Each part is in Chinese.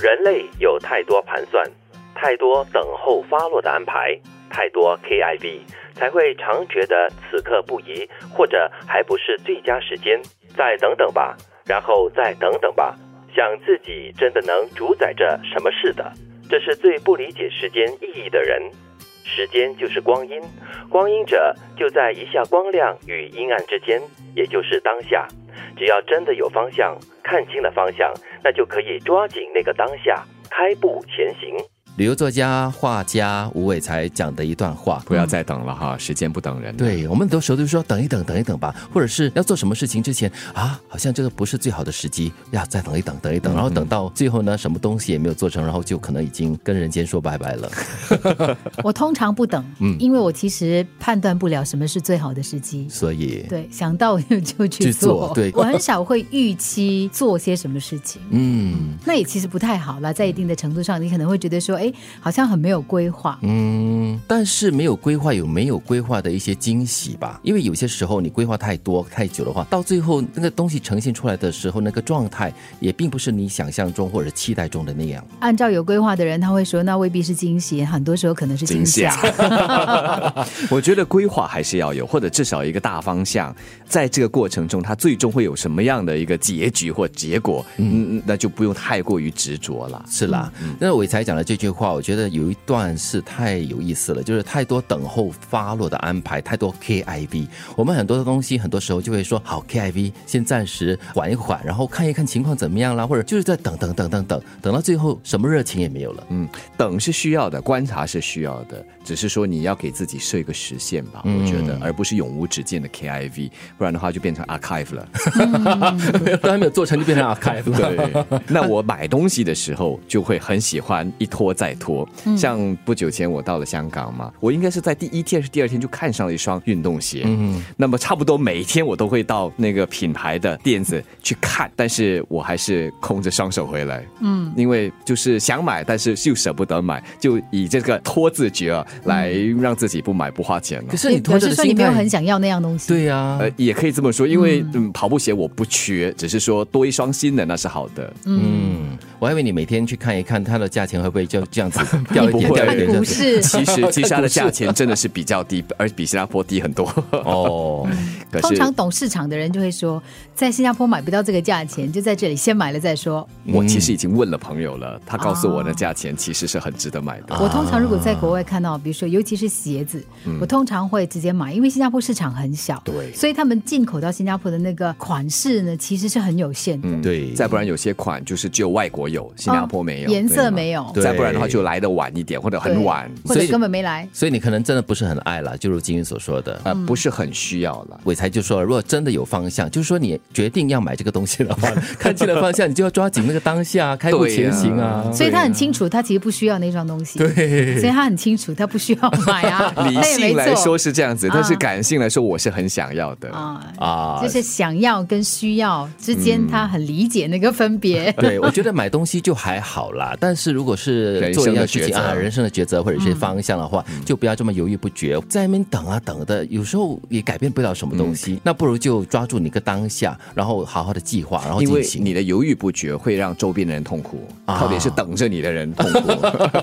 人类有太多盘算，太多等候发落的安排，太多 KIV，才会常觉得此刻不宜，或者还不是最佳时间，再等等吧，然后再等等吧，想自己真的能主宰着什么似的，这是最不理解时间意义的人。时间就是光阴，光阴者就在一下光亮与阴暗之间，也就是当下。只要真的有方向，看清了方向，那就可以抓紧那个当下，开步前行。旅游作家、画家吴伟才讲的一段话，不要再等了哈，时间不等人。，嗯对我们很多时候都说等一等，等一等吧，或者是要做什么事情之前啊，好像这个不是最好的时机，呀，再等一等，等一等，然后等到最后呢，什么东西也没有做成，然后就可能已经跟人间说拜拜了。 我通常不等，嗯因为我其实判断不了什么是最好的时机。所以，对，想到就去去做对 我很少会预期做些什么 事情，嗯那也其实不太好啦。在一定的程度上，你可能会觉得说，哎，好像很没有规划。嗯，但是没有规划有没有规划的一些惊喜吧，因为有些时候你规划太多太久的话，到最后那个东西呈现出来的时候，那个状态也并不是你想象中或者期待中的那样。按照有规划的人，他会说，那未必是惊喜，很多时候可能是惊吓。 我觉得规划还是要有，或者至少一个大方向，在这个过程中，它最终会有什么样的一个结局或结果，嗯，那就不用太过于执着了。是啦，那伟才讲的这句话，我觉得有一段是太有意思了，就是太多等候发落的安排，太多 KIV。我们很多的东西，很多时候就会说，好 KIV，先暂时缓一缓，然后看一看情况怎么样啦，或者就是在等等等等等，等到最后什么热情也没有了。嗯，等是需要的，观察是需要的，只是说你要给自己设一个时限吧，我觉得，而不是永无止境的 KIV，不然的话就变成 archive 了。都还没有做成就变啊成 archive 了。 对，那我买东西的时候就会很喜欢一拖再拖。像不久前我到了香港嘛，我应该是在第一天还是第二天就看上了一双运动鞋。嗯，那么差不多每天我都会到那个品牌的店子去看，但是我还是空着双手回来。嗯，因为就是想买，但是又舍不得买，就以这个拖字诀啊来让自己不买不花钱了可。是你拖表着示的说你心没有态很，想要那样东西。对呀、呃，也可以这么说，因为、嗯、跑步鞋我不缺，只是说多一双新的那是好的。嗯，我还以为你每天去看一看它的价钱会不会就这样子掉一不点嗯会掉一点，不 是其实其实它的价钱真的是比较低，而比新加坡低 很多。哦，可通是常懂市场的人就会说，在新加坡买不到这个价钱，就在这里先买了再说。我嗯其实已经问了朋友了，他告诉我哦的价钱其实是很值得买的。我通常如果啊在国外看到，比如说尤其是鞋子，我通常会直接买，因为新加坡市场很小，嗯对所以他们进口到新加坡的那个款式呢，其实是很有限嗯的，对，再不然有些款就是只有外国有，新加坡没有，哦颜色对吗没有对再不然的话就来的晚一点或者对很晚，或所者以根本没来。所以你可能真的不是很爱了，就如金云所说的。呃，嗯不是很需要了。，伟才就说了，如果真的有方向，就是说你决定要买这个东西的话， 看清了方向，你就要抓紧那个当下，开步前行啊。所以他很清楚，他其实不需要那双东西。对，所以他很清楚，他不需要买啊 理那也性来没说做是这样子，但是啊感性来说我是很想要的。啊。啊就是想要跟需要之间，嗯他很理解那个分 别。对，我觉得买东西就还好啦，但是如果是人做一生样的事抉情啊，择嗯人生的抉择或者是方向的话，就不要这么犹豫不决，在那边等啊等的，有时候也改变不了什么东嗯西，那不如就抓住你个当下，然后好好的计划，然后因进为行。你的犹豫不决会让周边的人痛苦，啊特别是等着你的人痛苦。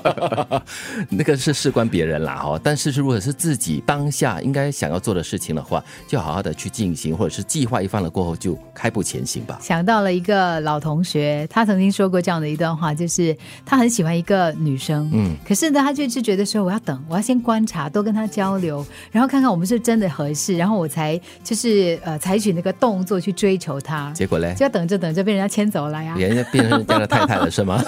那个是事关别人啦哈，但是如果是自己当下应该想要做的事情的话，就好好的去进行，或者是计划一番了过后就开步前行吧。想到了一个老同学，他曾经说过这样的一段话，就是他很喜欢一个女生，嗯，可是呢，他就一直觉得说我要等，我要先观察，多跟她交流，然后看看我们是不是真的合适，然后我才就是呃采取那个动作去追求她，结果嘞，就要等着等着被人家牵走了呀。人家变成人家的太太了是吗？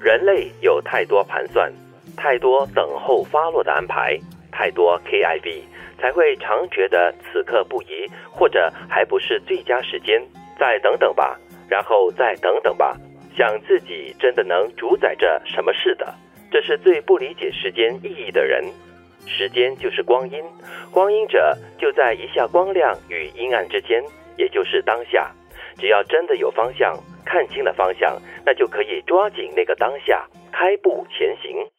人类有太多盘算，太多等候发落的安排，太多 KIV，才会常觉得此刻不宜，或者还不是最佳时间，再等等吧，然后再等等吧，想自己真的能主宰着什么似的，这是最不理解时间意义的人。时间就是光阴，光阴者就在一下光亮与阴暗之间，也就是当下。只要真的有方向，看清了方向，那就可以抓紧那个当下，开步前行。